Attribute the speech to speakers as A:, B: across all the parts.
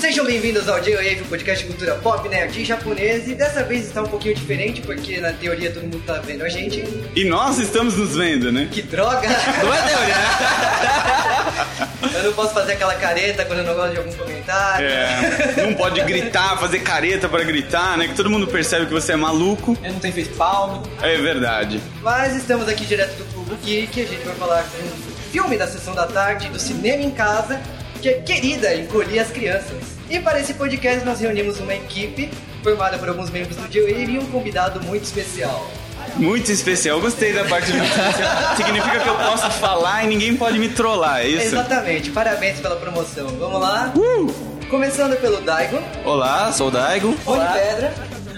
A: Sejam bem-vindos ao J-Wave, o podcast de cultura pop, nerd e japonês. E dessa vez está um pouquinho diferente, porque na teoria todo mundo tá vendo a gente.
B: E nós estamos nos vendo, né?
A: Que droga!
C: Não é teoria.
A: Eu não posso fazer aquela careta quando eu não gosto de algum comentário.
B: É, não pode gritar, fazer careta para gritar, né? Que todo mundo percebe que você é maluco.
C: Ele não tem feito palmo.
B: É verdade.
A: Mas estamos aqui direto do Clube Geek, a gente vai falar de um filme da sessão da tarde, do cinema em casa, que é querida encolher as crianças. E para esse podcast nós reunimos uma equipe formada por alguns membros do J-Wave e um convidado muito especial.
B: Muito especial. Eu Gostei da parte do especial. Significa que eu posso falar e ninguém pode me trollar, é isso?
A: Exatamente, parabéns pela promoção. Vamos lá?
D: Uh!
A: Começando pelo Daigon,
B: Olá, sou o Daigo.
A: Rony
C: Olá.
A: Pedra,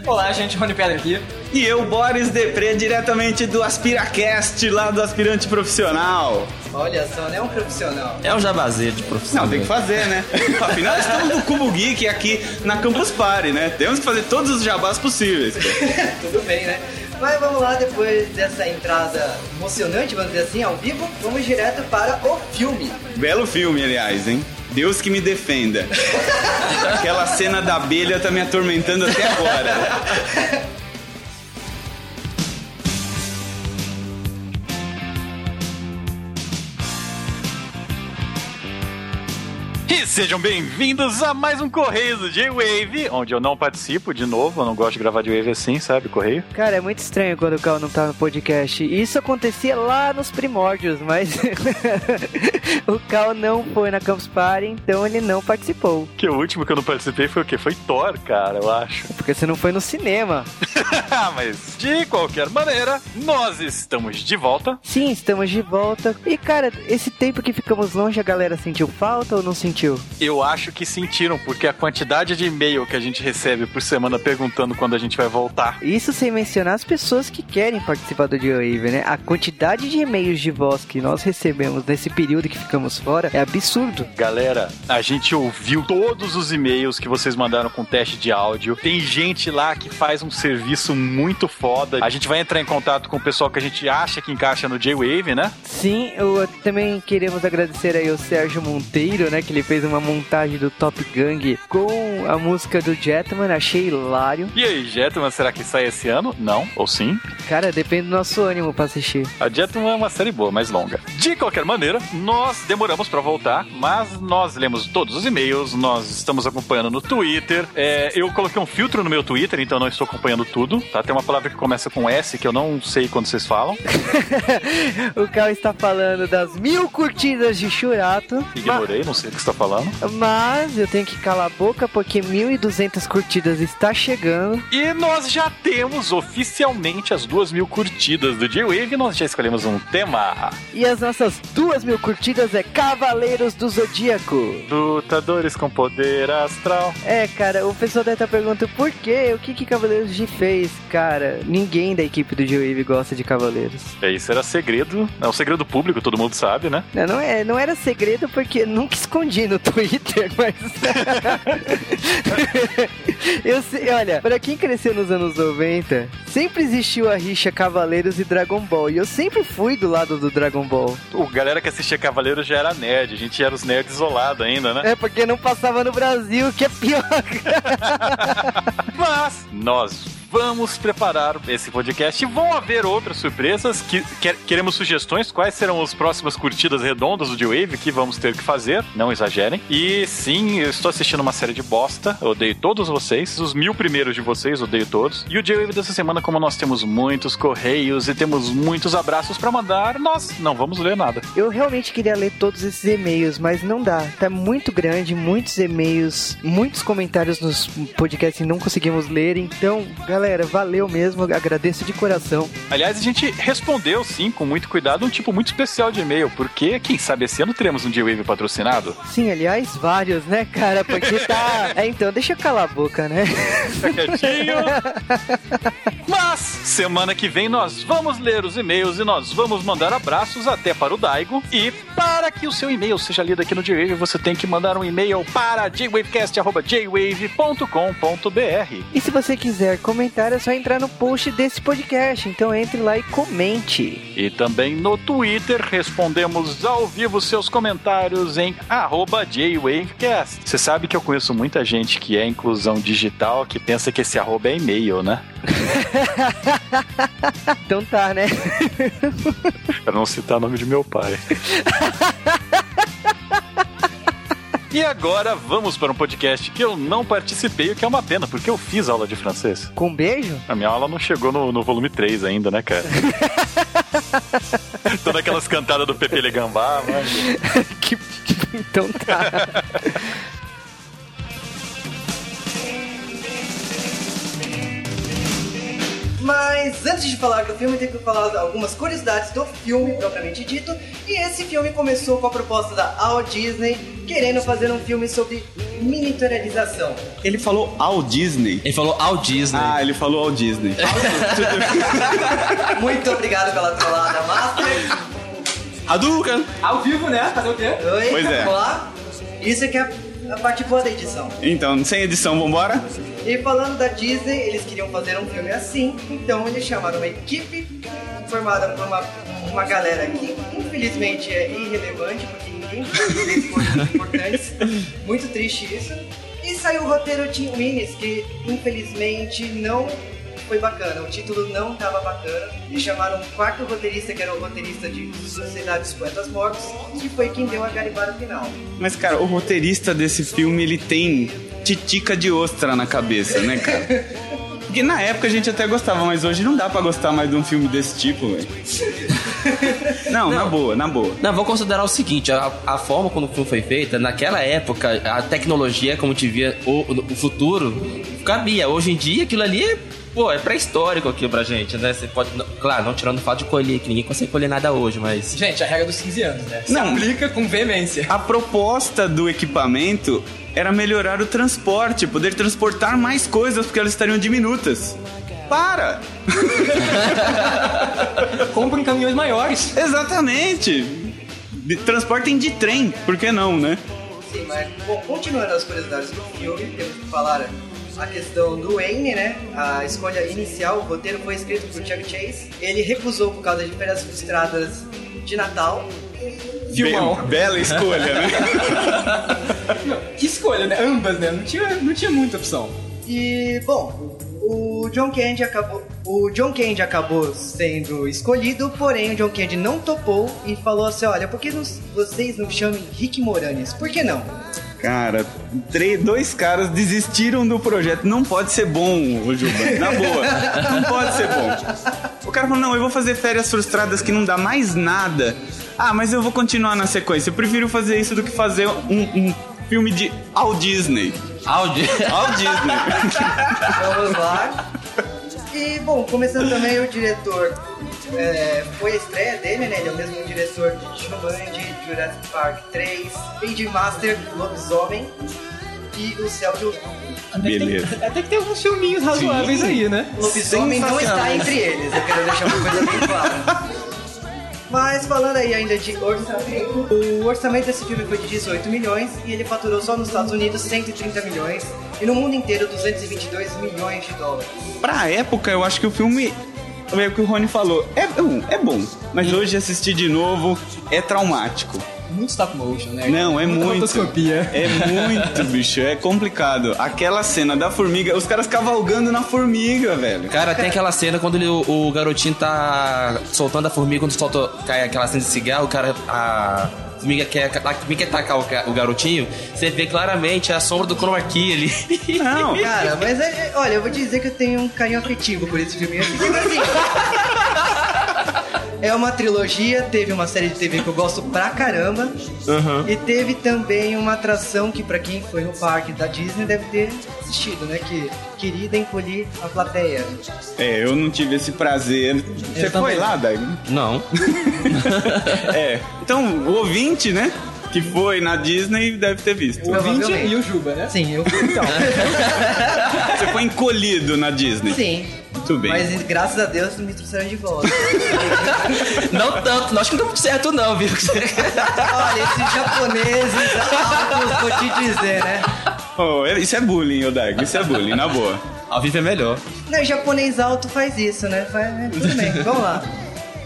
C: Olá, gente, Rony Pedra aqui.
B: E eu, Boris Depré, diretamente do AspiraCast, lá do Aspirante Profissional.
A: olha só, né? Um profissional.
C: É um jabazeiro de profissão.
B: Não, tem que fazer, né? Afinal, estamos no Cubo Geek aqui na Campus Party, né? Temos que fazer todos os jabás possíveis.
A: Tudo bem, né? Mas vamos lá, depois dessa entrada emocionante, vamos dizer assim, ao vivo, vamos direto para o filme.
B: Belo filme, aliás, hein? Deus que me defenda. Aquela cena da abelha tá me atormentando até agora.
E: E sejam bem-vindos a mais um Correios do J-Wave, onde eu não participo de novo, eu não gosto de gravar de Wave assim, sabe, Correio?
D: Cara, é muito estranho quando o Cal não tá no podcast. Isso acontecia lá nos primórdios, mas o Cal não foi na Campus Party, então ele não participou.
E: Que o último que eu não participei foi o quê? Foi Thor, cara, eu acho.
D: Porque você não foi no cinema.
E: Ah, Mas, de qualquer maneira, nós estamos de volta.
D: Sim, estamos de volta. E cara, esse tempo que ficamos longe, a galera sentiu falta ou não sentiu?
E: Eu acho que sentiram, porque a quantidade de e-mail que a gente recebe por semana perguntando quando a gente vai voltar.
D: Isso sem mencionar as pessoas que querem participar do Dio Wave, né? A quantidade de e-mails de voz que nós recebemos nesse período que ficamos fora é absurdo.
E: Galera, a gente ouviu todos os e-mails que vocês mandaram com teste de áudio. Tem gente lá que faz um serviço muito foda. A gente vai entrar em contato com o pessoal que a gente acha que encaixa no J-Wave, né?
D: Sim, eu, eh, também queremos agradecer aí ao Sérgio Monteiro, né? Que ele fez uma montagem do Top Gang com a música do Jetman, achei hilário.
E: E aí, Jetman, será que sai esse ano? Não, ou sim?
D: Cara, depende do nosso ânimo pra assistir.
E: A Jetman é uma série boa, mais longa. De qualquer maneira, nós demoramos pra voltar, mas nós lemos todos os e-mails, nós estamos acompanhando no Twitter. É, eu coloquei um filtro no meu Twitter, então não estou acompanhando tudo, tá? Tem uma palavra que começa com S que eu não sei quando vocês falam.
D: O Cal está falando das mil curtidas de Churato,
E: Ignorei, não sei do que você tá falando.
D: mas eu tenho que calar a boca porque 1.200 curtidas está chegando.
E: E nós já temos oficialmente as duas mil curtidas do J-Wave, nós já escolhemos um tema.
D: E as nossas duas mil curtidas é Cavaleiros do Zodíaco.
E: Lutadores com poder astral.
D: É, cara, o pessoal deve estar perguntando por quê? O que que Cavaleiros G fez? Cara, ninguém da equipe do G-Wave gosta de Cavaleiros.
E: É, Isso era segredo, é um segredo público, todo mundo sabe, né?
D: Não, não é, não era segredo porque nunca escondi no Twitter, mas. eu sei, olha, pra quem cresceu nos anos 90, sempre existiu a rixa Cavaleiros e Dragon Ball. E eu sempre fui do lado do Dragon Ball.
E: O galera que assistia Cavaleiro já era nerd, a gente era os nerds isolados ainda, né?
D: É porque não passava no Brasil, que é pior.
E: Mas nós vamos preparar esse podcast e vão haver outras surpresas. Que, quer- queremos sugestões, quais serão as próximas curtidas redondas do D-Wave que vamos ter que fazer, não exagerem. E sim, eu estou assistindo uma série de bosta, eu odeio todos vocês, os mil primeiros de vocês, eu odeio todos. E o D-Wave dessa semana, como nós temos muitos correios e temos muitos abraços pra mandar, nós não vamos ler nada.
D: Eu realmente queria ler todos esses e-mails, mas não dá. Tá muito grande, muitos e-mails, muitos comentários nos podcasts e não conseguimos ler. Então, galera, valeu mesmo. Agradeço de coração.
E: Aliás, a gente respondeu sim, com muito cuidado, um tipo muito especial de e-mail, porque quem sabe esse ano teremos um D-Wave patrocinado.
D: Sim, aliás, vários, né, cara? Porque tá. É, então, deixa eu calar a boca, né?
E: Tá quietinho. Mas, semana que vem nós vamos ler os e-mails e nós vamos mandar abraços até para o Daigo. E para que o seu e-mail seja lido aqui no J-Wave, você tem que mandar um e-mail para jwavecast.jwave.com.br.
D: E se você quiser comentar
F: comentário é só entrar no post desse podcast. Então entre lá e comente.
E: E também no Twitter respondemos ao vivo seus comentários em arroba JWavecast. Você sabe que eu conheço muita gente que é inclusão digital que pensa que esse arroba é e-mail, né?
F: Então tá, né?
E: Pra não citar o nome de meu pai. E agora vamos para um podcast que eu não participei, o que é uma pena, porque eu fiz aula de francês.
F: Com um beijo?
E: A minha aula não chegou no, no volume 3 ainda, né, cara? Todas aquelas cantadas do Pepe Legambá, mas...
F: Que- Então tá.
D: Mas antes de falar do filme, tem que falar algumas curiosidades do filme propriamente dito. E esse filme começou com a proposta da Walt Disney querendo fazer um filme sobre miniaturização.
B: Ele falou ao Disney.
G: Ele falou ao Disney.
B: Ah, ele falou ao Disney.
D: Muito obrigado pela trollada, Master.
B: Hadouken!
G: Ao vivo, né? Fazer o quê?
D: Oi,
B: Pois é.
D: vamos lá. Isso é que é a parte boa da edição.
B: Então, sem edição, vambora?
D: E falando da Disney, eles queriam fazer um filme assim, então eles chamaram uma equipe formada por uma, uma galera que infelizmente é irrelevante, porque ninguém fez coisas importantes. Muito triste isso. E saiu o roteiro Tim Minis, que infelizmente não foi bacana, o título não estava bacana. E chamaram um quarto roteirista, que era o roteirista de Sociedade dos Poetas Mortos, que foi quem deu a garibada final.
B: Mas, cara, o roteirista desse filme, ele tem titica de ostra na cabeça, né, cara? Porque na época a gente até gostava, mas hoje não dá pra gostar mais de um filme desse tipo, velho. Não, na boa, na boa.
C: Não, vou considerar o seguinte, a, a forma como o filme foi feita, naquela época, a tecnologia, como te via o, o futuro, cabia. Hoje em dia, aquilo ali é, pô, é pré-histórico aquilo pra gente, né? Você pode, não- claro, não tirando o fato de colher, que ninguém consegue colher nada hoje, mas...
G: Gente, a regra dos 15 anos, né? Se
B: Não.
G: aplica com veemência.
B: A proposta do equipamento era melhorar o transporte, poder transportar mais coisas porque elas estariam diminutas. Para!
G: Compra em caminhões maiores.
B: Exatamente! De- Transportem de trem, por que não, né?
D: Sim, mas bom, continuando as curiosidades do filme, temos que falar a questão do Wayne, né? A escolha inicial, o roteiro foi escrito por Chuck Chase. Ele recusou por causa de férias frustradas de Natal.
G: Filmão.
B: Be- bela escolha, né?
G: Que escolha, né? Ambas, né? Não tinha, não tinha muita opção.
D: E bom, o John Candy acabou, o John Candy acabou sendo escolhido, porém o John Candy não topou e falou assim: "Olha, por que não- vocês não chamem Rick Moranis? Por que não?"
B: Cara, três, dois caras desistiram do projeto. Não pode ser bom, ô Juba. Na boa. Não pode ser bom. O cara falou: não, eu vou fazer férias frustradas que não dá mais nada. Ah, mas eu vou continuar na sequência. Eu prefiro fazer isso do que fazer um, um filme de Al Disney.
C: Áudio...
B: Al Disney.
D: Vamos lá. E, bom, começando também o diretor. é, foi a estreia dele, né? Ele é o mesmo diretor de Jumanji, Jurassic Park 3, Made Master, Lobisomem e O Céu de Outubro.
B: Beleza.
G: Até que um, é, tem alguns filminhos razoáveis aí, né?
D: Lobisomem não está entre eles, eu quero deixar uma coisa bem clara. Mas falando aí ainda de orçamento, o orçamento desse filme foi de 18 milhões e ele faturou só nos Estados Unidos 130 milhões e no mundo inteiro 222 milhões de dólares.
B: Pra época, eu acho que o filme. É o que o Rony falou. É, bom, é bom. Mas hoje assistir de novo é traumático.
G: Muito stop motion, né?
B: Não, é
G: Muita
B: muito.
G: Rotoscopia.
B: É muito, bicho. É complicado. Aquela cena da formiga, os caras cavalgando na formiga, velho.
C: Cara, tem aquela cena quando ele- o, o garotinho tá soltando a formiga, quando solta, cai aquela cena de cigarro, o cara. A formiga quer, a formiga quer atacar o, ca- o garotinho, você vê claramente a sombra do chroma key ali.
B: Não,
D: Cara, mas é- é- olha, eu vou dizer que eu tenho um carinho afetivo por esse filme. Esse filme, assim, é uma trilogia, teve uma série de TV que eu gosto pra caramba. E teve também uma atração que pra quem foi no parque da Disney deve ter assistido, né? Que querida encolher a plateia.
B: É, eu não tive esse prazer. Você foi
G: também.
B: lá, Dai?
C: Não.
B: É. Então, o ouvinte, né? Que foi na Disney deve ter visto.
G: O ouvinte
D: Provavelmente.
G: e o Juba, né?
D: Sim, eu então.
B: Você foi encolhido na Disney.
D: Sim.
B: Muito bem.
D: Mas graças a Deus me trouxeram de volta.
C: Não tanto, nós que não estamos certo, não, viu?
D: Olha, esses japoneses, altos, vou te dizer, né?
B: Oh, é- isso é bullying, ô Daigo. Isso é bullying, na boa.
C: Ao vivo é melhor.
D: Não, e japonês alto faz isso, né? Faz- Tudo bem, vamos lá.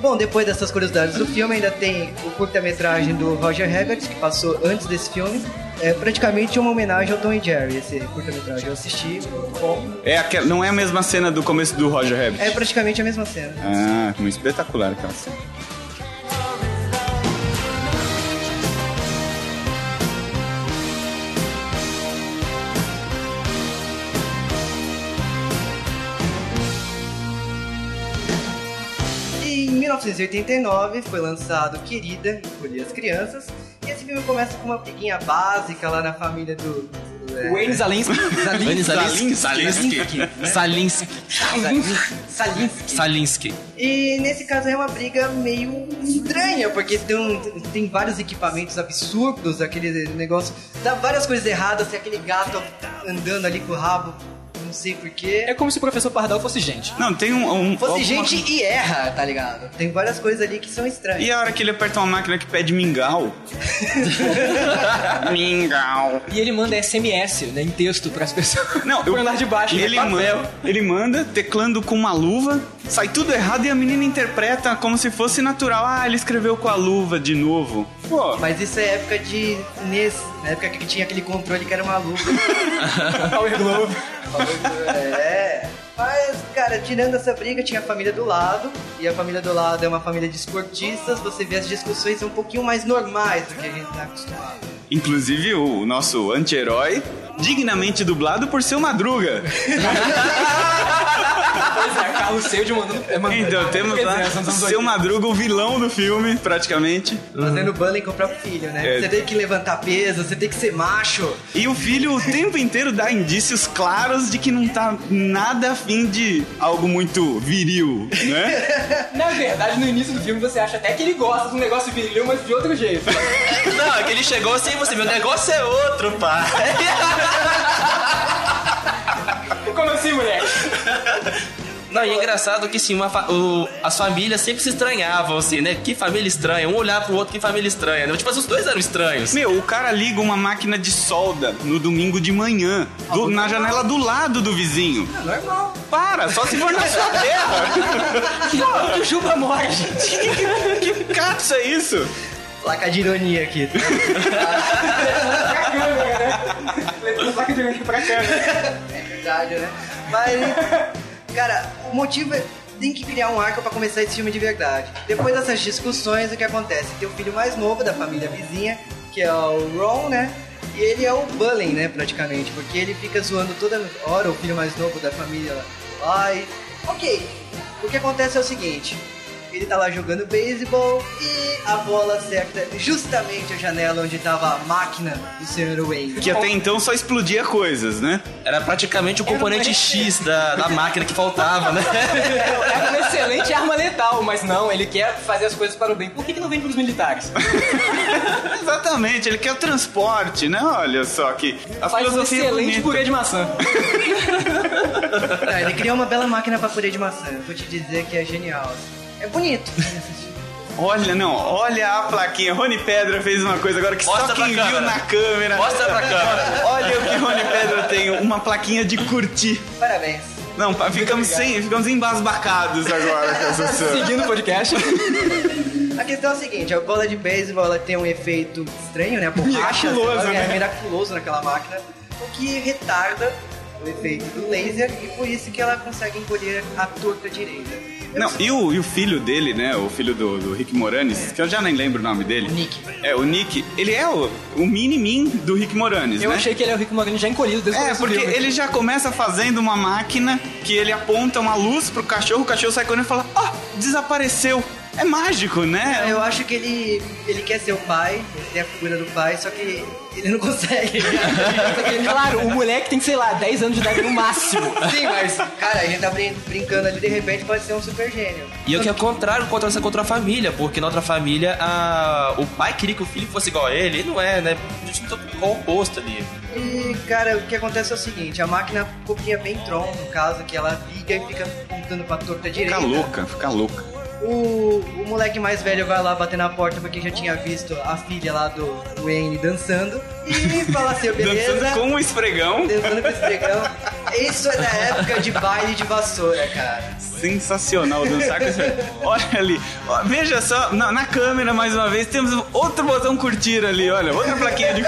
D: Bom, depois dessas curiosidades do filme, ainda tem o curta-metragem do Roger Ebert, que passou antes desse filme. É praticamente uma homenagem ao Tom e Jerry, esse curta-metragem. Eu assisti, bom.
B: É aquela, não é a mesma cena do começo do Roger Rabbit?
D: É praticamente a mesma cena.
B: Ah, como espetacular aquela cena.
D: E em 1989 foi lançado Querida, Encolhi as Crianças. E esse filme começa com uma briguinha básica lá na família do. do- é,
G: Wayne Zalinsky.
C: Wayne Zalinsky. Salinsky.
D: Salinsky.
C: Salinsky.
D: E nesse caso é uma briga meio estranha, porque tem, um- tem vários equipamentos absurdos, aquele negócio. Dá várias coisas erradas, tem aquele gato andando ali com o rabo, não sei
G: É
D: porquê.
G: como se o professor Pardal fosse gente.
B: Não, tem um. um
D: Fosse
B: alguma-
D: gente e erra, tá ligado? Tem várias coisas ali que são estranhas.
B: E a hora que ele aperta uma máquina que pede mingau? mingau.
G: E ele manda SMS, né, em texto pras pessoas.
B: Não,
G: pro
B: eu-
G: andar de baixo.
B: Ele,
G: né?
B: manda, ele manda teclando com uma luva, sai tudo errado e a menina interpreta como se fosse natural. Ah, ele escreveu com a luva de novo. Pô,
D: Mas isso é época de NES, na época que tinha aquele controle que era uma luva.
G: Power Glove.
D: É. Mas, cara, tirando essa briga, tinha a família do lado. E a família do lado é uma família de esportistas. Você vê as discussões um pouquinho mais normais do que a gente tá acostumado.
B: inclusive o nosso anti-herói, dignamente dublado por seu Madruga.
G: Pois é, Carlos Seidio mandando... é, mandando-
B: Então temos
G: Quer dizer,
B: lá
G: nós estamos
B: seu Madruga, o vilão do filme, praticamente.
D: Fazendo bullying com o próprio filho, né?
B: É.
D: Você tem que levantar peso, você tem que ser macho.
B: E o filho o tempo inteiro dá indícios claros de que não tá nada afim de algo muito viril, né?
G: Na verdade, no início do filme, você acha até que ele gosta de um negócio viril, mas de outro jeito.
C: Não, é que ele chegou assim e você viu, o negócio é outro, pá.
G: Como assim, moleque?
C: Não, e é engraçado que sim, uma fa- o- as famílias sempre se estranhavam, assim, né? Que família estranha. Um olhar pro outro, que família estranha. Né? Tipo, assim, os dois eram estranhos.
B: Meu, o cara liga uma máquina de solda no domingo de manhã, do- na janela do lado do vizinho.
D: É normal.
B: Para, só se for na sua terra.
G: O Juba morre, gente.
B: Que caça é isso?
D: Placa de ironia aqui.
G: Pra câmera, né? Levando placa de lente pra câmera.
D: é verdade, né? Mas, cara, o motivo é. Tem que criar um arco pra começar esse filme de verdade. Depois dessas discussões, o que acontece? Tem o filho mais novo da família vizinha, que é o Ron, né? E ele é o Bullen, né, praticamente, porque ele fica zoando toda hora o filho mais novo da família. Ai. Ok. O que acontece é o seguinte. Ele tá lá jogando beisebol e a bola acerta justamente a janela onde tava a máquina do Sr. Wayne.
B: Que até então só explodia coisas, né?
C: Era praticamente o componente X da, da máquina que faltava, né?
G: É uma excelente arma letal, mas não, ele quer fazer as coisas para o bem. Por que, que não vende pros militares?
B: Exatamente, ele quer o transporte, né? Olha só que a
G: Faz
C: assim
G: um
B: filosofia é
G: excelente
B: bonita.
G: purê de maçã.
D: Tá, ele criou uma bela máquina pra purê de maçã. Eu Vou te dizer que é genial. É bonito.
B: Olha, não, olha a plaquinha. Rony Pedra fez uma coisa agora que só
C: Mostra pra
B: quem viu
C: câmera.
B: na câmera.
C: Mostra pra câmera.
B: Olha o que Rony Pedra tem, uma plaquinha de curtir.
D: Parabéns.
B: Não, pa- ficamos, sem, ficamos embasbacados agora com essa cena.
G: Tá Seguindo o podcast.
D: A questão é a seguinte: a bola de beisebol ela tem um efeito estranho, né? A borracha
B: Miraculoso,
D: ela é
B: né?
D: miraculoso naquela máquina, o que retarda o efeito do laser e por isso que ela consegue encolher a torta direita. Eu
B: Não, e o, e o filho dele, né? O filho do, do Rick Moranis, que eu já nem lembro o nome dele.
D: Nick.
B: É, o Nick, ele é o, o mini-min do Rick Moranis,
G: Eu
B: né?
G: achei que ele é o Rick Morgan já encolhido
B: É,
G: desde o começo do
B: porque
G: filme.
B: ele já começa fazendo uma máquina que ele aponta uma luz pro cachorro, o cachorro sai correndo e fala, ó, desapareceu. É mágico, né?
D: É, Eu acho que ele, ele quer ser o pai, ele tem a figura do pai, só que ele não consegue.
G: Claro, tá o moleque tem, sei lá, 10 anos de idade no máximo.
D: Sim, mas, cara, a gente tá brin- brincando ali, de repente pode ser um super gênio.
C: E o que é o contrário, contra essa contra a família, porque na outra família a, o pai queria que o filho fosse igual a ele, e não é, né? Qual o oposto ali?
D: E, cara, o que acontece é o seguinte, a máquina copia bem Tron, no caso, que ela liga e fica apontando pra torta direita.
B: Fica louca, fica louca.
D: O, o moleque mais velho vai lá bater na porta porque já tinha visto a filha lá do Wayne dançando. E fala assim, beleza.
B: Dançando com um esfregão.
D: Dançando com esse pregão. Isso é da época de baile de vassoura, cara.
B: Sensacional dançar com esse Olha ali. Ó, veja só, na, na câmera mais uma vez, temos outro botão curtir ali, olha. Outra plaquinha de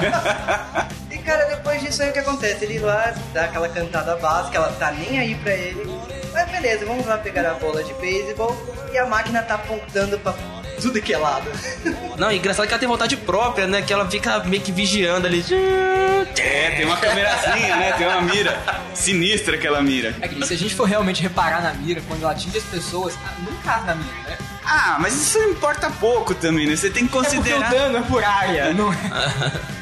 B: curtir.
D: E, cara, depois disso aí o que acontece? Ele lá dá aquela cantada básica, ela tá nem aí pra ele. Mas beleza, vamos lá pegar a bola de beisebol e a máquina tá apontando pra tudo que é lado.
C: Não, e engraçado que ela tem vontade própria, né? Que ela fica meio que vigiando ali.
B: é, tem uma câmerazinha, né? Tem uma mira. Sinistra aquela mira.
G: É que se a gente for realmente reparar na mira, quando ela atinge as pessoas, ah, não cai na mira, né?
B: Ah, mas isso importa pouco também, né? Você tem que
G: É porque o
B: considerar.
G: dano é por área. Não... é?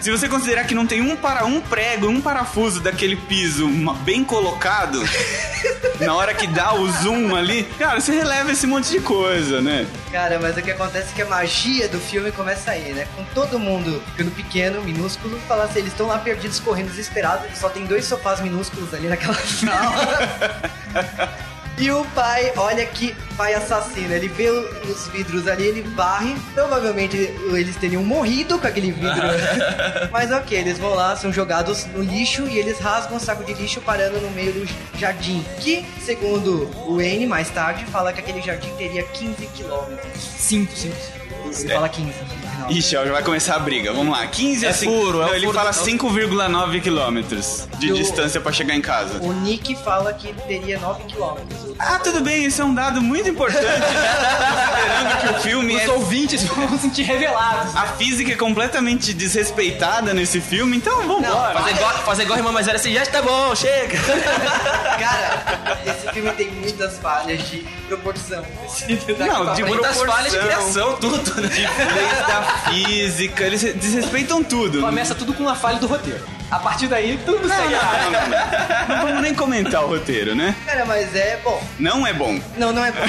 B: Se você considerar que não tem um para um prego, um parafuso daquele piso ma- bem colocado, na hora que dá o zoom ali, cara, você releva esse monte de coisa, né?
D: Cara, mas o que acontece é que a magia do filme começa aí, né? Com todo mundo ficando pequeno, minúsculo, falar assim, eles estão lá perdidos, correndo desesperados, eles só tem dois sofás minúsculos ali naquela sala. E o pai, olha que pai assassino, ele vê o- os vidros ali, ele varre, provavelmente eles teriam morrido com aquele vidro. Mas ok, eles vão lá, são jogados no lixo e eles rasgam o saco de lixo parando no meio do jardim. Que, segundo o Wayne, mais tarde, fala que aquele jardim teria 15 quilômetros.
G: Cinco, cinco.
D: Ele fala 15 no final.
B: Ixi, ó, já vai começar a briga. Vamos lá. 15
C: É
B: a 5.
C: furo, é
B: não,
C: o
B: ele
C: furo
B: fala
C: do-
B: 5,9 quilômetros de
D: Do-
B: distância pra chegar em casa.
D: O Nick fala que teria 9 quilômetros.
B: Ah, tudo bem, isso é um dado muito importante. considerando que o filme
G: Os
B: é
G: ouvintes vão se sentir revelados.
B: a física é completamente desrespeitada nesse filme, então vambora.
C: Fazer igual, fazer igual a irmã mais velha assim, já tá bom, chega.
D: Cara, esse filme tem muitas falhas de proporção.
B: Não, de
C: Muitas
B: proporção,
C: falhas de criação, tudo. né?
B: De leis da física, eles desrespeitam tudo. Não,
G: Começa tudo com uma falha do roteiro. A partir daí, tudo segue a área.
B: não vamos nem comentar o roteiro, né?
D: Cara, mas é bom.
B: Não é bom.
D: Não, não é bom.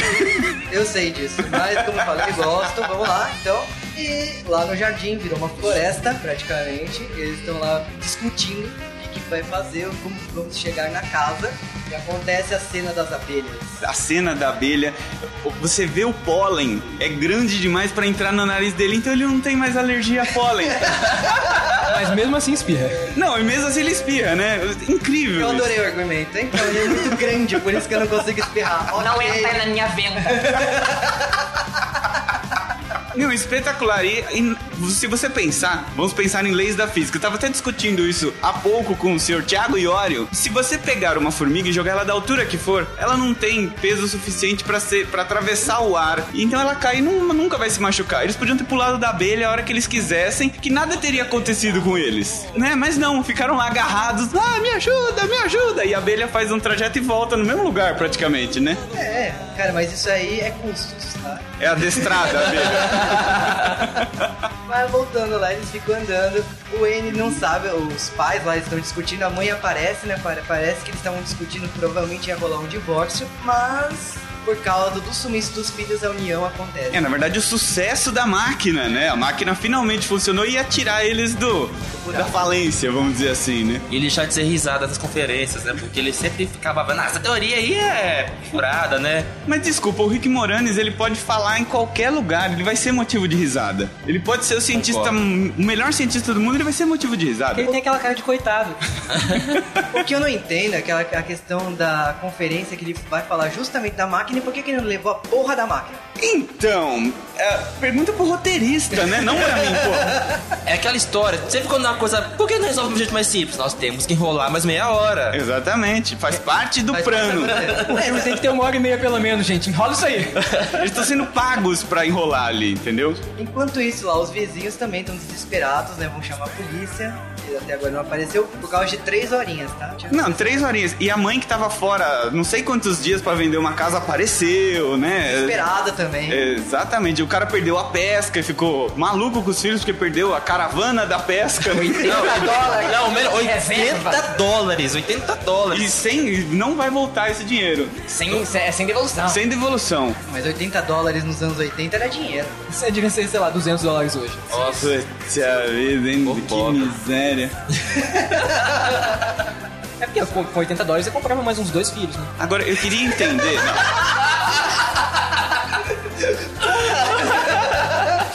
D: Eu sei disso. Mas como eu falo que gosto, vamos lá, então. E lá no jardim virou uma floresta, praticamente. Eles estão lá discutindo o que, que vai fazer, como vamos chegar na casa. E acontece a cena das abelhas.
B: A cena da abelha, você vê o pólen, é grande demais pra entrar no nariz dele, então ele não tem mais alergia a pólen.
G: Mas mesmo assim, espirra.
B: Não, e mesmo assim ele espirra, né? Incrível.
D: Eu
B: isso.
D: adorei o argumento, hein? Então, ele é muito grande, por isso que eu não consigo espirrar.
H: Não
D: Ok.
H: entra tá na minha venda.
B: Não, espetacular. E, e se você pensar, vamos pensar em leis da física. Eu tava até discutindo isso há pouco com o senhor Tiago Iório. Se você pegar uma formiga e jogar ela da altura que for, ela não tem peso suficiente pra ser para atravessar o ar. Então ela cai e nu- nunca vai se machucar. Eles podiam ter pulado da abelha a hora que eles quisessem, que nada teria acontecido com eles. Né? Mas não, ficaram lá agarrados. Ah, me ajuda, me ajuda. E a abelha faz um trajeto e volta no mesmo lugar praticamente, né?
D: É, cara, mas isso aí é custos, tá?
B: É adestrada a abelha.
D: Mas voltando lá, eles ficam andando. O N não sabe, os pais lá estão discutindo. A mãe aparece, né? pare- Parece que eles estavam discutindo, provavelmente ia rolar um divórcio. Mas por causa do sumiço dos filhos, a união acontece.
B: É, na verdade, o sucesso da máquina, né? A máquina finalmente funcionou e ia tirar eles do da falência, vamos dizer assim, né?
C: E ele deixar de ser risada nas conferências, né? Porque ele sempre ficava falando, ah, essa teoria aí é furada, né?
B: Mas desculpa, o Rick Moranes, ele pode falar em qualquer lugar, ele vai ser motivo de risada. Ele pode ser o cientista, m- o melhor cientista do mundo, ele vai ser motivo de risada.
G: Ele tem aquela cara de coitado.
D: O que eu não entendo é aquela a questão da conferência que ele vai falar justamente da máquina e por que, que ele não levou a porra da máquina?
B: Então, é, pergunta pro roteirista, né? Não pra mim, pô.
C: É aquela história, sempre quando dá uma coisa, por que não resolve de um jeito mais simples? Nós temos que enrolar mais meia hora.
B: Exatamente, faz parte do
D: Mas-
B: plano.
G: O filme É, tem que ter uma hora e meia pelo menos, gente. Enrola isso aí.
B: Eles estão sendo pagos pra enrolar ali, entendeu?
D: Enquanto isso, lá os vizinhos também estão desesperados, né? Vão chamar a polícia. que Até agora não apareceu por causa de três horinhas, tá? Tinha-
B: Não, três horinhas. E a mãe que tava fora não sei quantos dias pra vender uma casa apareceu, né?
D: Desesperada também.
B: É, Exatamente. O cara perdeu a pesca e ficou maluco com os filhos porque perdeu a caravana da pesca.
C: dólares. Não, melhor, 80 dólares, 80 dólares.
B: E sem, não vai voltar esse dinheiro.
G: Sem, é sem devolução.
B: Sem devolução.
D: Mas 80 dólares nos anos 80 era dinheiro.
G: Isso é, devia ser, sei lá, 200 dólares hoje.
C: Nossa.
B: Puta vida, hein? que
C: pobre.
B: miséria.
G: É porque com com 80 dólares você comprava mais uns dois filhos, né?
B: Agora, eu queria entender.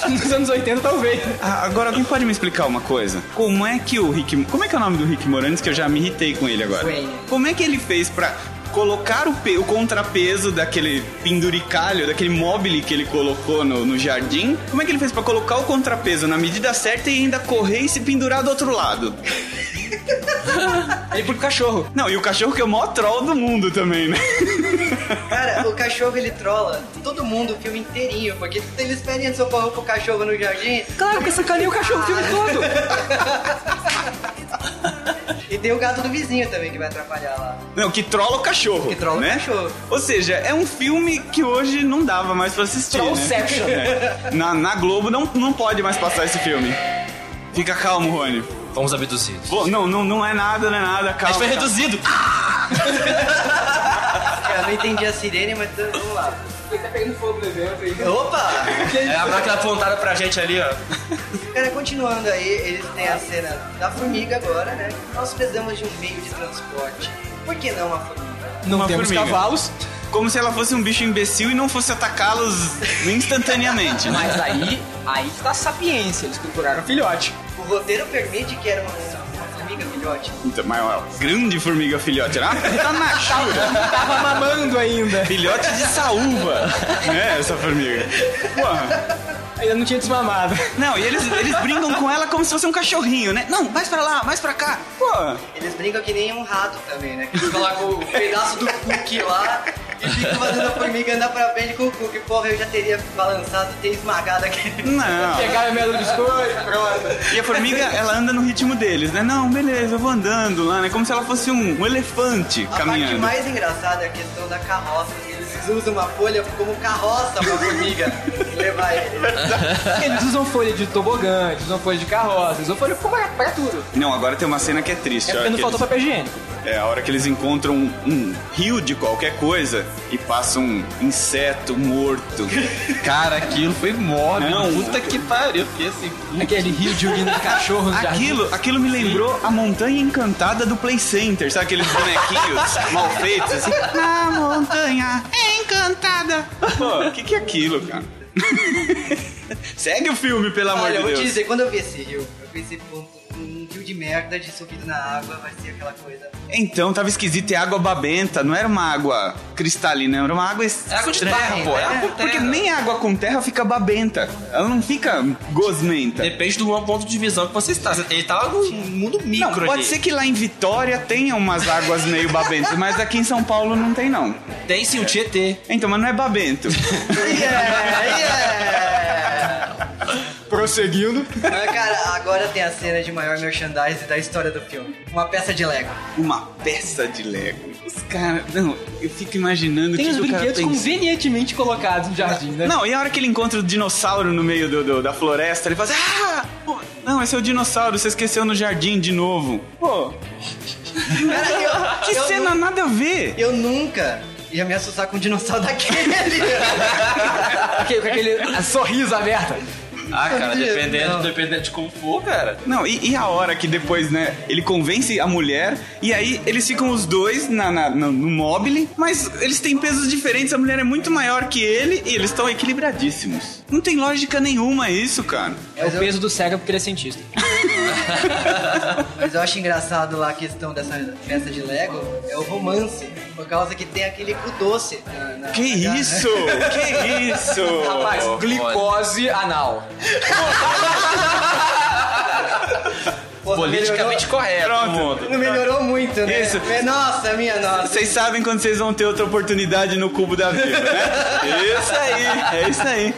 G: Nos anos 80, talvez.
B: Ah, agora alguém pode me explicar uma coisa? Como é que o Rick. Como é que é o nome do Rick Moranis que eu já me irritei com ele agora?
D: Wayne.
B: Como é que ele fez pra colocar o, pe- o contrapeso daquele penduricalho, daquele mobile que ele colocou no, no jardim? Como é que ele fez pra colocar o contrapeso na medida certa e ainda correr e se pendurar do outro lado?
G: Ele pro cachorro.
B: Não, e o cachorro que é o maior troll do mundo também, né?
D: Cara, o cachorro ele trola todo mundo o filme inteirinho, porque eles pedem a socorro pro cachorro no jardim Ah.
G: Claro, que sacaneia o cachorro o filme todo.
D: e tem o gato do vizinho também que vai atrapalhar lá.
B: Não, que trola o cachorro.
D: Que trola o
B: né?
D: cachorro.
B: Ou seja, é um filme que hoje não dava mais pra assistir. né?
G: Trollception.
B: É. Na, na Globo não, não pode mais passar esse filme. Fica calmo, Rony.
C: Fomos abduzidos.
B: Pô, não, não, não é nada, não é nada,
C: A
B: calma.
C: gente foi reduzido.
D: Cara, não entendi a sirene, mas tá- vamos lá.
G: Ele tá pegando fogo do evento aí.
D: Opa!
C: É a máquina apontada pra gente ali, ó.
D: Cara, continuando aí, eles têm a cena da formiga agora, né? Nós precisamos de um meio de transporte. Por que não uma formiga?
G: Não
B: Uma
G: temos
B: formiga.
G: cavalos.
B: Como se ela fosse um bicho imbecil e não fosse atacá-los instantaneamente. né?
G: Mas aí, aí que tá a sapiência. Eles procuraram filhote.
D: O roteiro permite que era uma, uma formiga filhote.
B: Então, mas ó, grande formiga filhote, né? Tá na chura.
G: Tava mamando ainda.
B: Filhote de saúva, né, essa formiga. Porra.
G: Ainda não tinha desmamado.
B: Não, e eles, eles brincam com ela como se fosse um cachorrinho, né? Não, mais pra lá, mais pra cá. Pô,
D: Eles brincam que nem um rato também, né? Que eles colocam o pedaço do cookie lá e ficam fazendo a formiga andar pra frente com o cookie. Porra, eu já teria balançado e ter esmagado aquele.
B: não.
G: Pegaram a merda do biscoito, pronto.
B: E a formiga, ela anda no ritmo deles, né? Não, beleza, eu vou andando lá, né? Como se ela fosse um, um elefante
D: A parte
B: caminhando.
D: mais engraçada é a questão da carroça. que Eles usam uma folha como carroça pra formiga levar ele.
G: Eles usam folha de tobogã, eles usam folha de carroça, eles usam folha pra, pra tudo.
B: Não, agora tem uma cena que é triste.
G: É
B: a hora
G: porque não
B: que
G: faltou
B: eles-
G: papel higiênico.
B: É a hora que eles encontram um, um rio de qualquer coisa e passa um inseto morto.
C: Cara, aquilo foi mole.
B: Não.
C: Puta que pariu. Fiquei assim.
G: Aquele rio de urina de cachorro no jardim.
B: Aquilo, aquilo me lembrou a montanha encantada do Play Center, sabe aqueles bonequinhos mal feitos assim? Na montanha encantada. Pô, o que, que é aquilo, cara? Segue o filme, pelo amor
D: Olha, eu
B: de
D: vou
B: Deus.
D: te dizer, quando eu vi esse rio, eu pensei, pô, um rio de merda de subido na água vai ser aquela coisa.
B: Então, tava esquisito, é água babenta, não era uma água cristalina, era uma água
C: É água de
B: estranha.
C: terra, pô. É água
B: É,
C: de
B: porque
C: terra.
B: nem água com terra fica babenta. Ela não fica gosmenta.
C: Depende do ponto de visão que você está. Ele tava no mundo
B: Não,
C: micro
B: pode
C: ali.
B: ser que lá em Vitória tenha umas águas meio babentas, mas aqui em São Paulo não tem, não.
C: Tem sim o Tietê.
B: Então, mas não é babento.
D: Yeah, yeah!
G: Prosseguindo.
D: Mas, Ah, cara, agora tem a cena de maior merchandising da história do filme. Uma peça de Lego.
B: Uma peça de Lego. Os caras. Não, eu fico imaginando
G: Tem
B: o
G: os
B: que que o cara
G: brinquedos
B: pensa.
G: convenientemente colocados no jardim, né?
B: Não, e a hora que ele encontra o dinossauro no meio do, do- da floresta, ele fala assim: Ah! pô, Não, esse é o dinossauro, você esqueceu no jardim de novo. Pô,
D: Cara, eu,
B: que
D: eu
B: cena nada a ver.
D: Eu nunca ia me assustar com um dinossauro daquele.
G: Aquele- com aquele sorriso aberto. É
C: Ah, cara,
D: Não.
C: dependendo, dependendo de como for, cara.
B: Não, e, e a hora que depois, né, ele convence a mulher, e aí eles ficam os dois na, na- no, no mobile, mas eles têm pesos diferentes, a mulher é muito maior que ele e eles estão equilibradíssimos. Não tem lógica nenhuma isso, cara.
G: É o peso do cérebro porque ele é cientista.
D: Mas eu acho engraçado lá a questão dessa peça de Lego. É o romance. Por causa que tem aquele cu doce. Na, na-
B: Que
D: na- né?
B: isso? Que isso?
G: Rapaz, glicose anal.
D: Pô,
C: Politicamente correto.
B: Pronto.
D: Não melhorou, não melhorou muito, né?
B: Isso.
D: É, Nossa, minha nossa.
B: Vocês sabem quando vocês vão ter outra oportunidade no cubo da vida, né? Isso aí, é isso aí.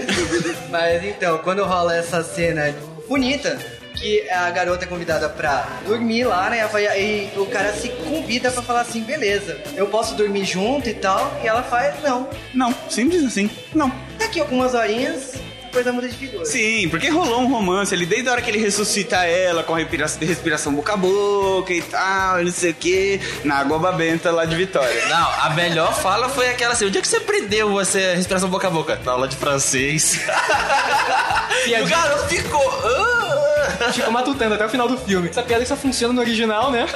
D: Mas então, quando rola essa cena bonita, que a garota é convidada pra dormir lá, né? E o cara se convida pra falar assim, beleza, eu posso dormir junto e tal. E ela faz, não.
B: Não, simples assim. Não.
D: Daqui algumas horinhas, a coisa muda de figura.
B: Sim, porque rolou um romance ali desde a hora que ele ressuscita ela com a respira- respiração boca a boca e tal, e não sei o que, na água babenta lá de Vitória.
C: Não, a melhor fala foi aquela assim: o dia que você aprendeu você a respiração boca a boca? Na aula de francês. e o garoto ficou. "Ah, ah".
G: Fica matutando até o final do filme. Essa piada que só funciona no original, né?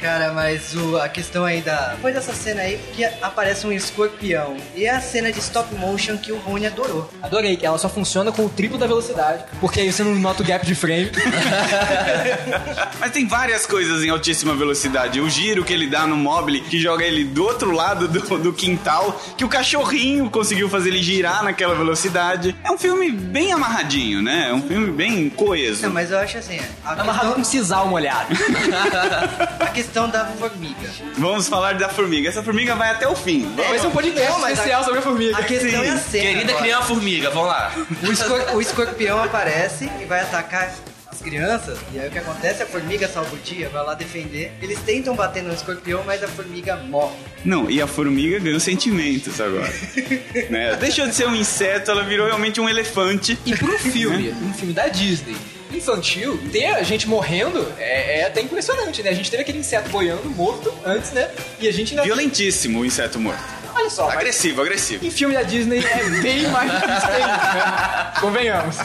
D: Cara, mas o- a questão aí da. Foi dessa cena aí que aparece um escorpião. E é a cena de stop motion que o Rony adorou.
G: Adorei que ela só funciona com o triplo da velocidade, porque aí você não nota o gap de frame.
B: Mas tem várias coisas em altíssima velocidade. O giro que ele dá no mobile, que joga ele do outro lado do, do quintal, que o cachorrinho conseguiu fazer ele girar naquela velocidade. É um filme bem amarradinho, né? É um filme bem coeso.
D: Não, mas eu acho assim. A
G: Amarrado com
D: questão,
G: sisal molhado.
D: a questão da formiga.
B: Vamos falar da formiga. Essa formiga vai até o fim.
G: Mas é um podcast
D: Não, mas a-
G: especial sobre a formiga.
D: A questão
B: Sim.
D: é a cena.
C: Querida
D: agora.
C: criar uma formiga, vamos lá.
D: O, escor- o escorpião aparece e vai atacar as crianças. E aí o que acontece? A formiga salva o dia, vai lá defender. Eles tentam bater no escorpião, mas a formiga morre.
B: Não, e a formiga ganhou sentimentos agora. né? Deixou de ser um inseto, ela virou realmente um elefante. Né?
G: E pro filme, um filme da Disney infantil, ter a gente morrendo é, é até impressionante, né? A gente teve aquele inseto boiando, morto, antes, né? E a gente ainda...
B: Violentíssimo o inseto morto.
G: Olha só, mas
B: Agressivo, agressivo.
G: em filme da Disney é bem mais difícil ainda. Convenhamos.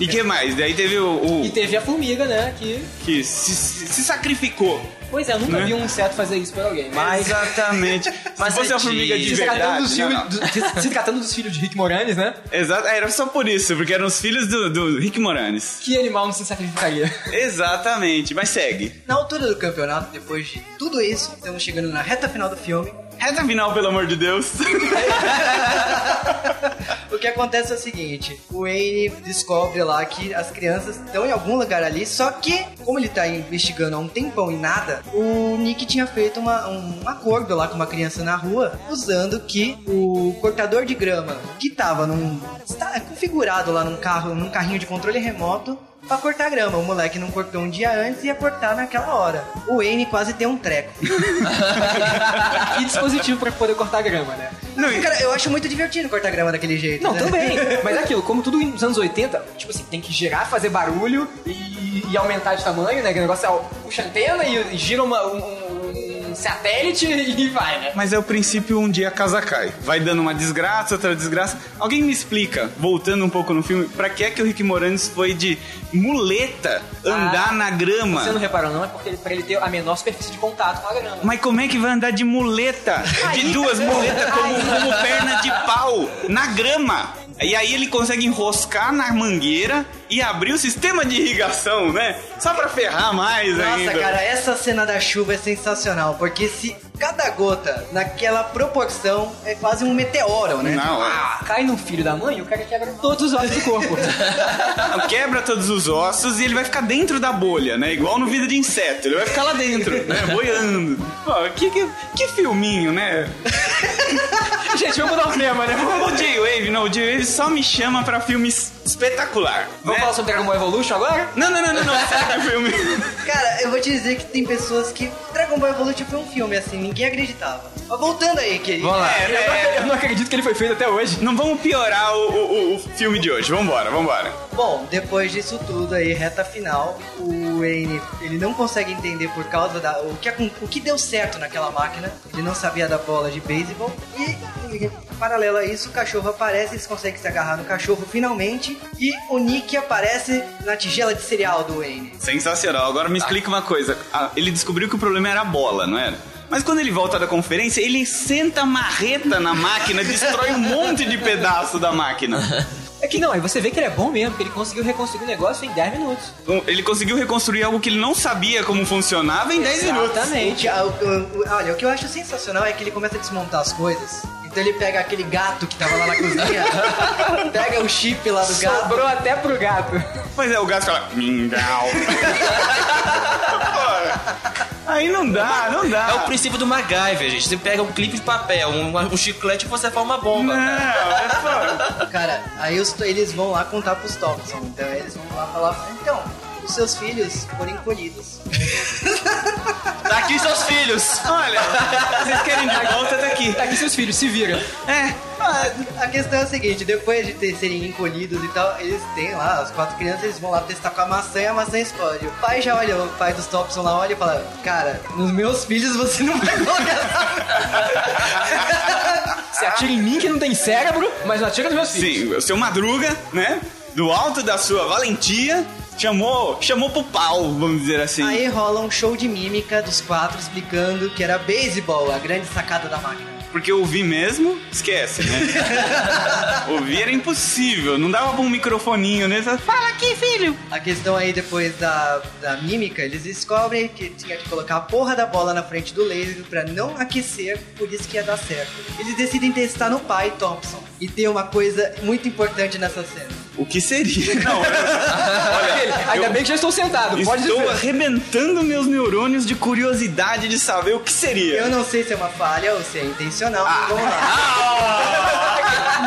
B: E que mais? Daí teve o. o
G: E teve a formiga, né? Que...
B: que se- se- se sacrificou
G: Pois é, eu nunca
B: Né?
G: vi um inseto fazer isso pra alguém, mas...
B: Exatamente.
C: Mas
B: se fosse
C: é
B: uma formiga de
C: de-
G: Se tratando, um dos
B: verdade. não,
G: filhos,
B: não.
G: do- se- se tratando dos filhos de Rick Moranis, né?
B: Exato, é, era só por isso, porque eram os filhos do, do Rick Moranis.
G: Que animal não se sacrificaria?
B: Exatamente, mas segue.
D: Na altura do campeonato, depois de tudo isso, estamos chegando na reta final do filme.
B: Reta final, pelo amor de Deus.
D: O que acontece é o seguinte: o Wayne descobre lá que as crianças estão em algum lugar ali, só que, como ele tá investigando há um tempão e nada, o Nick tinha feito uma- um acordo lá com uma criança na rua, usando que o cortador de grama que tava num. está configurado lá num carro, num carrinho de controle remoto. Pra cortar grama, o moleque não cortou um dia antes e ia cortar naquela hora. O Wayne quase tem um treco.
G: E dispositivo pra poder cortar grama, né?
B: Não, e-
D: Cara, eu acho muito divertido cortar grama daquele jeito.
G: Não,
D: né?
G: também. Mas é aquilo, como tudo nos anos 80, tipo assim, tem que girar, fazer barulho e, e aumentar de tamanho, né? Que o negócio é ó, puxa a antena e, e gira uma- um, um satélite e vai, né?
B: Mas é o princípio um dia a casa cai. Vai dando uma desgraça, outra desgraça. Alguém me explica, voltando um pouco no filme, pra que é que o Rick Moranis foi de muleta andar
G: Ah,
B: na grama?
G: Você não reparou, não? É porque ele, pra ele ter a menor superfície de contato com a grama.
B: Mas como é que vai andar de muleta? De duas muletas como, como perna de pau na grama. E aí ele consegue enroscar na mangueira e abrir o sistema de irrigação, né? Só pra ferrar mais ainda.
D: Nossa, cara, essa cena da chuva é sensacional, porque se cada gota naquela proporção é quase um meteoro, né?
B: Não, é.
G: Ah, cai no filho da mãe e o cara quebra todos os ossos do corpo.
B: Não, quebra todos os ossos e ele vai ficar dentro da bolha, né? Igual no vidro de inseto. Ele vai ficar lá dentro, né? Boiando. Pô, que, que, que filminho, né?
G: Gente, vamos mudar o tema, né? Vamos
B: O J-Wave, não, o J-Wave só me chama pra filme es- espetacular. né?
G: falar sobre Dragon Ball Evolution agora?
B: Não, não, não, não, não. Sério, é filme.
D: Cara, eu vou te dizer que tem pessoas que Dragon Ball Evolution foi um filme assim, ninguém acreditava. Mas voltando aí, querido.
C: Vamos lá.
B: É,
G: né?
B: é,
G: Eu não acredito que ele foi feito até hoje.
B: Não vamos piorar o, o- o filme de hoje. Vambora, vambora.
D: Bom, depois disso tudo aí, reta final, o Wayne, ele não consegue entender por causa da o que acon- o que deu certo naquela máquina. Ele não sabia da bola de beisebol e em paralelo a isso, o cachorro aparece, eles conseguem se agarrar no cachorro finalmente e o Nick aparece na tigela de cereal do Wayne.
B: Sensacional. Agora
G: Tá.
B: me explica uma coisa. Ah, ele descobriu que o problema era a bola, não era? Mas quando ele volta da conferência, ele senta a marreta na máquina, destrói um monte de pedaço da máquina.
G: É que não, aí você vê que ele é bom mesmo, porque ele conseguiu reconstruir o negócio em 10 minutos.
B: Então, Ele conseguiu reconstruir algo que ele não sabia como funcionava em 10 minutos.
D: O que- ah, o- o- o- Olha, o que eu acho sensacional é que ele começa a desmontar as coisas. Então ele pega aquele gato que tava lá na cozinha, pega o chip lá do gato.
G: Sobrou até pro gato.
B: Mas é, o gato fala... Mingau. Pô, Aí não dá, não dá.
C: É o princípio do MacGyver, gente. Você pega um clipe de papel, um, um chiclete e você forma uma
B: Não,
C: bomba. cara.
B: é só...
D: Cara, aí os- eles vão lá contar pros Thompson. Então eles vão lá falar, então, os seus filhos foram encolhidos.
C: Tá aqui seus filhos.
B: Olha, vocês querem de volta, tá aqui.
G: Tá aqui seus filhos, se viram.
D: A questão é a seguinte, depois de ter, serem encolhidos e tal, eles têm lá, as quatro crianças, eles vão lá testar com a maçã e a maçã explode. O pai já olha, o pai dos Thompson lá olha e fala, cara, nos meus filhos você não vai colocar.
G: Se atira em mim que não tem cérebro, mas não atira nos meus filhos.
B: Sim, o seu Madruga, né? do alto da sua valentia, chamou, chamou pro pau, vamos dizer assim.
D: Aí rola um show de mímica dos quatro explicando que era beisebol, a grande sacada da máquina.
B: Porque ouvir mesmo, esquece, né? ouvir era impossível, não dava pra um microfoninho, né? Só, Fala aqui, filho!
D: A questão aí depois da, da mímica, eles descobrem que tinha que colocar a porra da bola na frente do laser pra não aquecer, por isso que ia dar certo. Eles decidem testar no pai Thompson. E tem uma coisa muito importante nessa cena.
B: O que seria? Não,
G: Ainda bem que já estou sentado, pode
B: Estou
G: dizer.
B: arrebentando meus neurônios de curiosidade de saber o que seria.
D: Eu não sei se é uma falha ou se é intencional, mas vamos lá.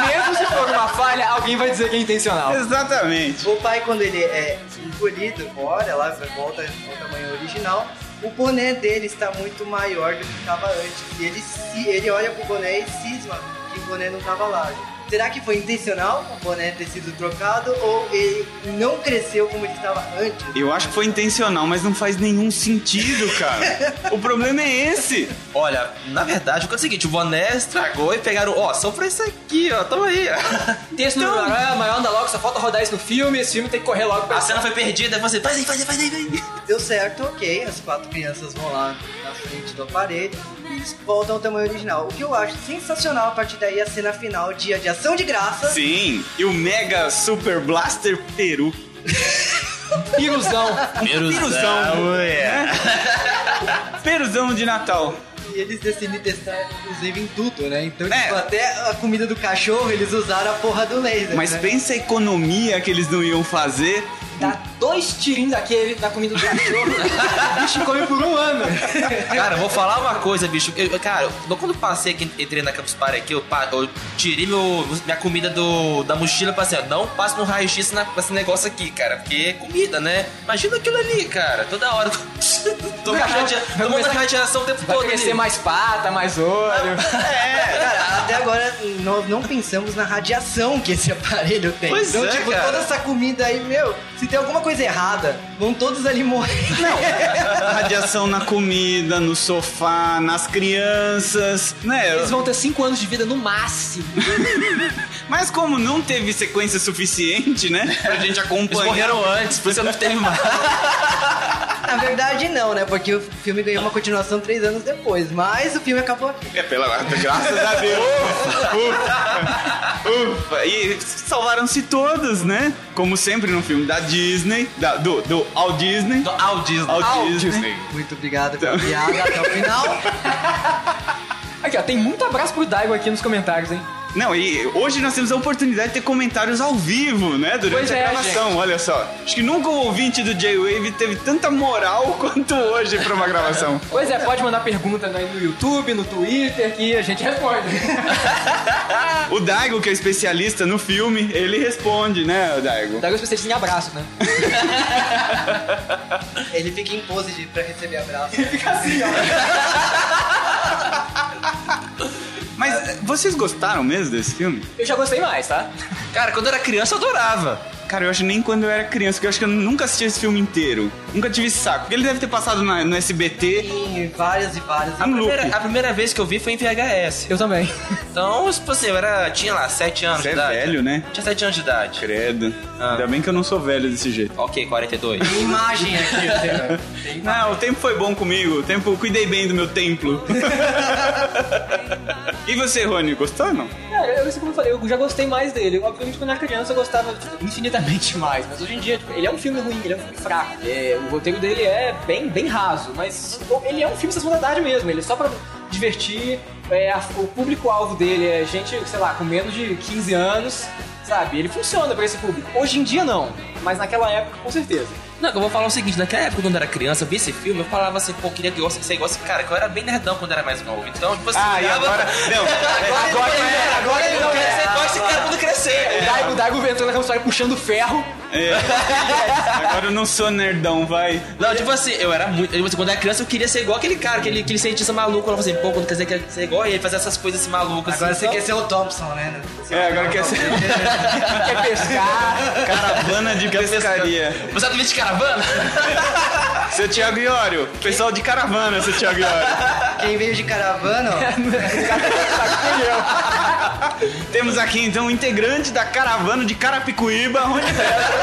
G: Mesmo se for uma falha, alguém vai dizer que é intencional.
B: Exatamente.
D: O pai, quando ele é engolido, fora lá, volta ao tamanho original, o boné dele está muito maior do que estava antes. E ele, se, ele olha pro boné e cisma que o boné não estava lá. Será que foi intencional o boné ter sido trocado ou ele não cresceu como ele estava antes?
B: Eu acho que foi intencional, mas não faz nenhum sentido, cara. o problema é esse.
C: Olha, na verdade, o que é o seguinte, o boné estragou e pegaram, ó, só pra isso aqui, ó, toma aí.
G: Texto no ah, maior anda logo, só falta rodar isso no filme, esse filme tem que correr logo pra
C: A cena foi perdida, você, faz aí, faz aí, faz aí, faz aí.
D: Deu certo, ok. As quatro crianças vão lá na frente do aparelho e voltam ao tamanho original. O que eu acho sensacional a partir daí é a cena final dia de ação de graça.
B: Sim, e o Mega Super Blaster Peru. Um
G: Piruzão.
E: Ah,
B: Peruzão. né? Peruzão de Natal.
D: E eles decidem testar, inclusive, em tudo, né? Então,
B: É.
D: tipo, até a comida do cachorro eles usaram a porra do laser.
B: Mas
D: né?
B: pensa a economia que eles não iam fazer.
G: Dá dois tirinhos daquele na comida do cachorro. o bicho come por um ano.
C: Cara, eu vou falar uma coisa, bicho. Eu- eu- cara, eu- quando eu passei aqui, entrei na Campus Party aqui, eu, pa- eu tirei meu, minha comida do, da mochila e passei, ó, não passa no raio-x na- nesse negócio aqui, cara, porque é comida, né? Imagina aquilo ali, cara, toda hora. Tomando
G: Vai
C: radia-
G: começar-
C: tomando radiação o tempo
G: Vai
C: todo. ali.
G: crescer mais pata, mais olho.
D: É, Cara, até agora nós não pensamos na radiação que esse aparelho tem.
C: Pois
D: então,
C: é,
D: tipo,
C: cara.
D: toda essa comida aí, meu, se tem alguma coisa errada, vão todos ali morrer. Não.
B: Radiação na comida, no sofá, nas crianças, né?
G: Eles vão ter cinco anos de vida no máximo.
B: Mas como não teve sequência suficiente, né? Pra gente
C: Eles
B: acompanhar.
C: morreram antes, por isso eu não teve mais.
D: Na verdade, não, né? Porque o filme ganhou uma continuação três anos depois. Mas o filme acabou aqui.
B: É, pela graças a Deus. ufa, ufa, ufa. E salvaram-se todos, né? Como sempre no filme da Disney, da- do, do All Disney.
C: Do- Ao Disney.
B: Ao
C: Ao
B: Disney.
D: Muito obrigado
C: Tá.
D: pela piada até o final.
G: Aqui, ó, tem muito abraço pro Daigo aqui nos comentários, hein?
B: Não, e hoje nós temos a oportunidade de ter comentários ao vivo, né? Durante
G: Pois
B: a
G: é,
B: gravação, olha só. Acho que nunca o ouvinte do J-Wave teve tanta moral quanto hoje pra uma gravação.
G: Pois é, pode mandar pergunta aí no YouTube, no Twitter, que a gente responde.
B: O Daigo, que é especialista no filme, ele responde, né, Daigo?
G: Daigo é especialista em abraço, né?
D: Ele fica em pose de, pra receber abraço.
B: Mas eh, vocês gostaram mesmo desse filme?
G: Eu já gostei mais, tá?
C: Cara, quando eu era criança eu adorava.
B: Cara, eu acho que nem quando eu era criança, porque eu acho que eu nunca assisti esse filme inteiro. Nunca tive esse saco. Porque ele deve ter passado na- no SBT.
D: Tem várias e várias.
C: A
B: Um
C: primeira,
B: loop.
C: a primeira vez que eu vi foi em VHS.
G: Eu também.
C: Então, tipo assim, eu era, tinha lá 7 anos
B: Você
C: de
B: é
C: idade.
B: velho, né?
C: Tinha 7 anos de idade.
B: Credo.
C: Ah.
B: Ainda bem que eu não sou velho desse jeito.
C: Ok, 42.
D: Tem imagem aqui, entendeu? Tem imagem.
B: Não, o tempo foi bom comigo. O tempo, eu cuidei bem do meu templo. e você, Rony, gostou ou não?
G: Cara, eu, assim como eu falei, eu já gostei mais dele. Obviamente, quando eu era criança, eu gostava tipo, infinitamente mais. Mas hoje em dia, tipo, ele é um filme ruim, ele é um filme fraco. É, o roteiro dele é bem, bem raso, mas pô, ele é um filme de sessão da tarde mesmo. Ele é só pra divertir. é, a- o público-alvo dele é gente, sei lá, com menos de 15 anos, sabe? Ele funciona pra esse público. Hoje em dia, não. Mas naquela época, com certeza.
C: Não, que eu vou falar o seguinte, naquela época quando eu era criança, eu vi esse filme, eu falava assim, pô, queria que eu ser igual esse cara, que eu era bem nerdão quando era mais novo. Então, tipo assim,
B: Ah, e
C: olhava-
B: agora? Não,
G: Agora ele é, agora ele não
C: eu quero
G: é.
C: ser igual esse cara quando
G: O
C: crescer.
G: Daigo, o Daigo entrando na campanha puxando ferro.
B: é, agora eu não sou nerdão, vai.
C: Não, tipo assim, eu era muito. tipo assim, quando eu era criança, eu queria ser igual aquele cara, aquele, aquele cientista maluco. Eu falava assim, pô, quando crescer, eu quero ser igual ele, fazer essas coisas assim malucas.
D: Agora
C: assim,
D: você
C: então-
D: quer ser o Thompson, né?
B: É, agora quer ser
G: Quer é pescar.
B: caravana de pescaria.
C: Você tá no vídeo de caravana?
B: Seu Thiago Iório, pessoal de caravana, seu Thiago Iório.
D: Quem veio de caravana, ó,
B: Temos aqui então um integrante da caravana de Carapicuíba, onde tá?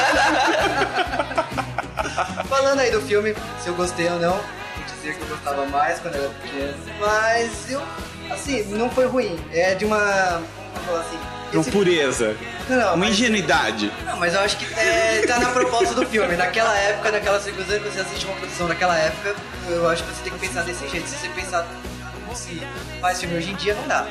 D: Falando aí do filme, se eu gostei ou não, vou dizer que eu gostava mais quando eu era pequeno. Mas eu, assim, não foi ruim. É de uma. Vamos falar assim.
B: uma
D: esse-
B: pureza,
D: Não, não,
B: Tá uma
D: mas,
B: ingenuidade.
D: não, mas eu acho que é, tá na proposta do filme. Naquela época, naquela circunstância, quando você assiste uma produção daquela época, eu acho que você tem que pensar desse jeito. Se você pensar como se faz filme hoje em dia, não dá.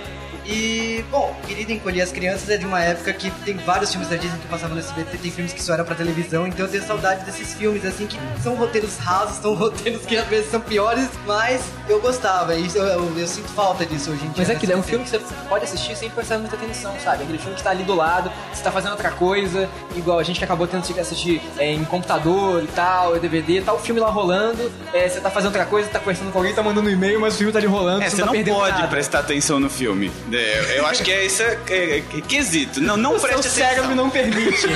D: E, bom, Querida Encolher as Crianças é de uma época que tem vários filmes da Disney que passavam no SBT, tem filmes que só eram pra televisão, então eu tenho saudade desses filmes, assim, que são roteiros rasos, são roteiros que às vezes são piores, mas eu gostava, e isso eu, eu- eu sinto falta disso hoje em dia. né?
G: Mas é que é um
D: SBT.
G: filme que você pode assistir sem prestar muita atenção, sabe? Aquele filme que tá ali do lado, você tá fazendo outra coisa, igual a gente que acabou tendo que assistir é, em computador e tal, DVD, tá o filme lá rolando, é, você tá fazendo outra coisa, tá conversando com alguém, tá mandando um e-mail, mas o filme tá ali rolando,
B: É,
G: você,
B: você
G: tá
B: não
G: perdendo
B: pode
G: nada.
B: prestar atenção no filme. É, eu- eu acho que é esse é, é, é quesito. Não, não
G: O seu
B: preste atenção.
G: é um cérebro não permite.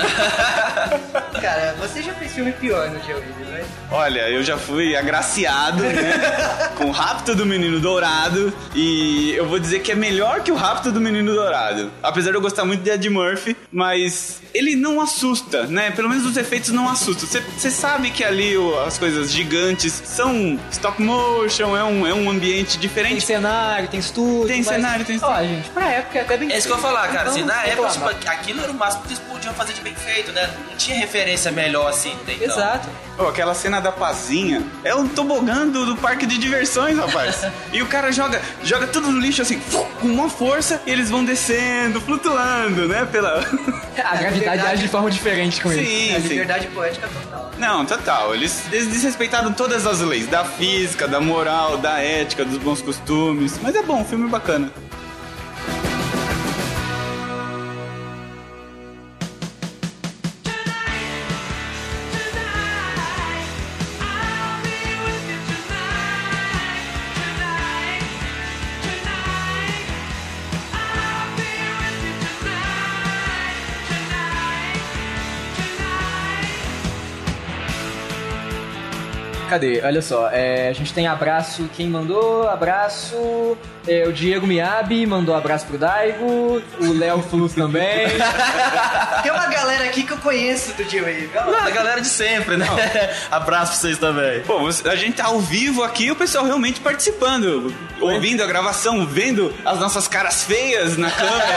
D: Cara, você já fez filme pior no dia horrível, né?
B: Olha, eu já fui agraciado, né? com o Rapto do Menino Dourado. E eu vou dizer que é melhor que o Rapto do Menino Dourado. Apesar de eu gostar muito de Ed Murphy, mas ele não assusta, né? Pelo menos os efeitos não assustam. Você- Você sabe que ali o- as coisas gigantes são stop motion, é um, é um ambiente
G: tem
B: diferente.
G: cenário, tem estudo.
B: Tem
G: mas-
B: cenário, tem
G: Ó, gente, pra época é até bem
C: É isso que eu ia falar, cara. Assim,
G: Então,
C: na
G: não
C: época, tipo,
G: reclama.
C: aquilo era o máximo que eles podiam fazer de bem feito, né? Não tinha referência melhor assim, até então.
G: Exato.
B: Pô, aquela cena da pazinha é um tobogã do, do parque de diversões, rapaz. e o cara joga, joga tudo no lixo assim, fu, com uma força, e eles vão descendo, flutuando, né? Pela.
G: A gravidade
D: verdade.
G: age de forma diferente com isso.
D: É
B: sim, sim.
D: liberdade poética total.
B: Não, total. Eles, eles desrespeitaram todas as leis, da física, da moral, da ética, dos bons costumes. Mas é bom, filme bacana.
G: Cadê? Olha só, é, a gente tem abraço, quem mandou? Abraço. é, o Diego Miyabi mandou abraço pro Daigo, o Léo Flus também.
D: Tem uma galera aqui que eu conheço do G-Wave. ó.
C: A galera de sempre, né? Abraço pra vocês também.
B: Pô, você- a gente tá ao vivo aqui e o pessoal realmente participando, ouvindo a gravação, vendo as nossas caras feias na câmera.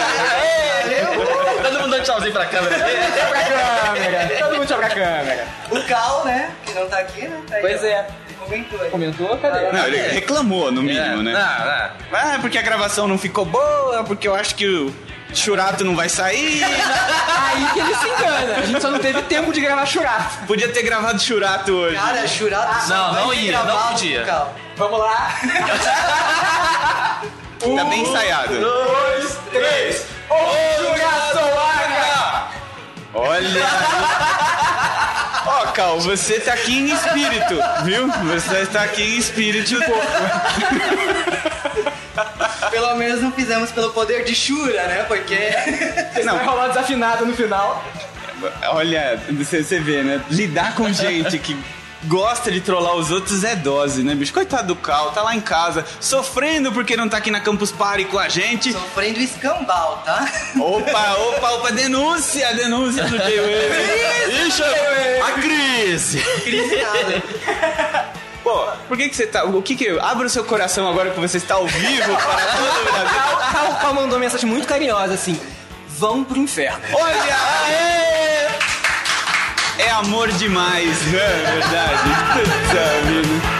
C: Todo mundo dando tchauzinho pra câmera.
G: Tchau pra câmera! Todo mundo tchau pra câmera!
D: O Cal, né? Que não tá aqui, né? Tá aí,
G: Pois
D: ó.
G: é.
D: Ele Comentou aí.
G: Comentou? Cadê?
B: Não, ele reclamou, no mínimo, né?
C: Não, não.
B: Ah, porque a gravação não ficou boa, porque eu acho que o Churato não vai sair. né?
G: Aí que ele se engana, a gente só não teve tempo de gravar churato.
B: Podia ter gravado Churato hoje. Tá
D: Cara, churado. só
C: Não,
D: vai
C: não
D: ter
C: ia, não
D: gravado
C: podia.
D: com o Cal.
G: Vamos lá!
B: Tá bem ensaiado. Olha! Ó, Cal, você tá aqui em espírito, viu? Você tá aqui em espírito.
D: Pelo menos não fizemos pelo poder de Shura, né? Porque.
C: É.
G: Vai rolar desafinado no final.
B: Olha, você, você vê, né? Lidar com gente que gosta de trollar os outros é dose, né, bicho? Coitado do Cal, tá lá em casa, sofrendo porque não tá aqui na Campus Party com a gente.
D: Sofrendo escambau, tá?
B: Opa, opa, opa, denúncia, denúncia do J-Wave. Ixi, a crise.
D: Criado.
B: Pô, por que que você tá... O que que... Abra o seu coração agora que você está ao vivo para todo o Brasil.
G: Cal, Cal, Cal mandou uma mensagem muito carinhosa assim: vão pro inferno.
B: Olha, né? aê! É amor demais, é verdade. Puta vida.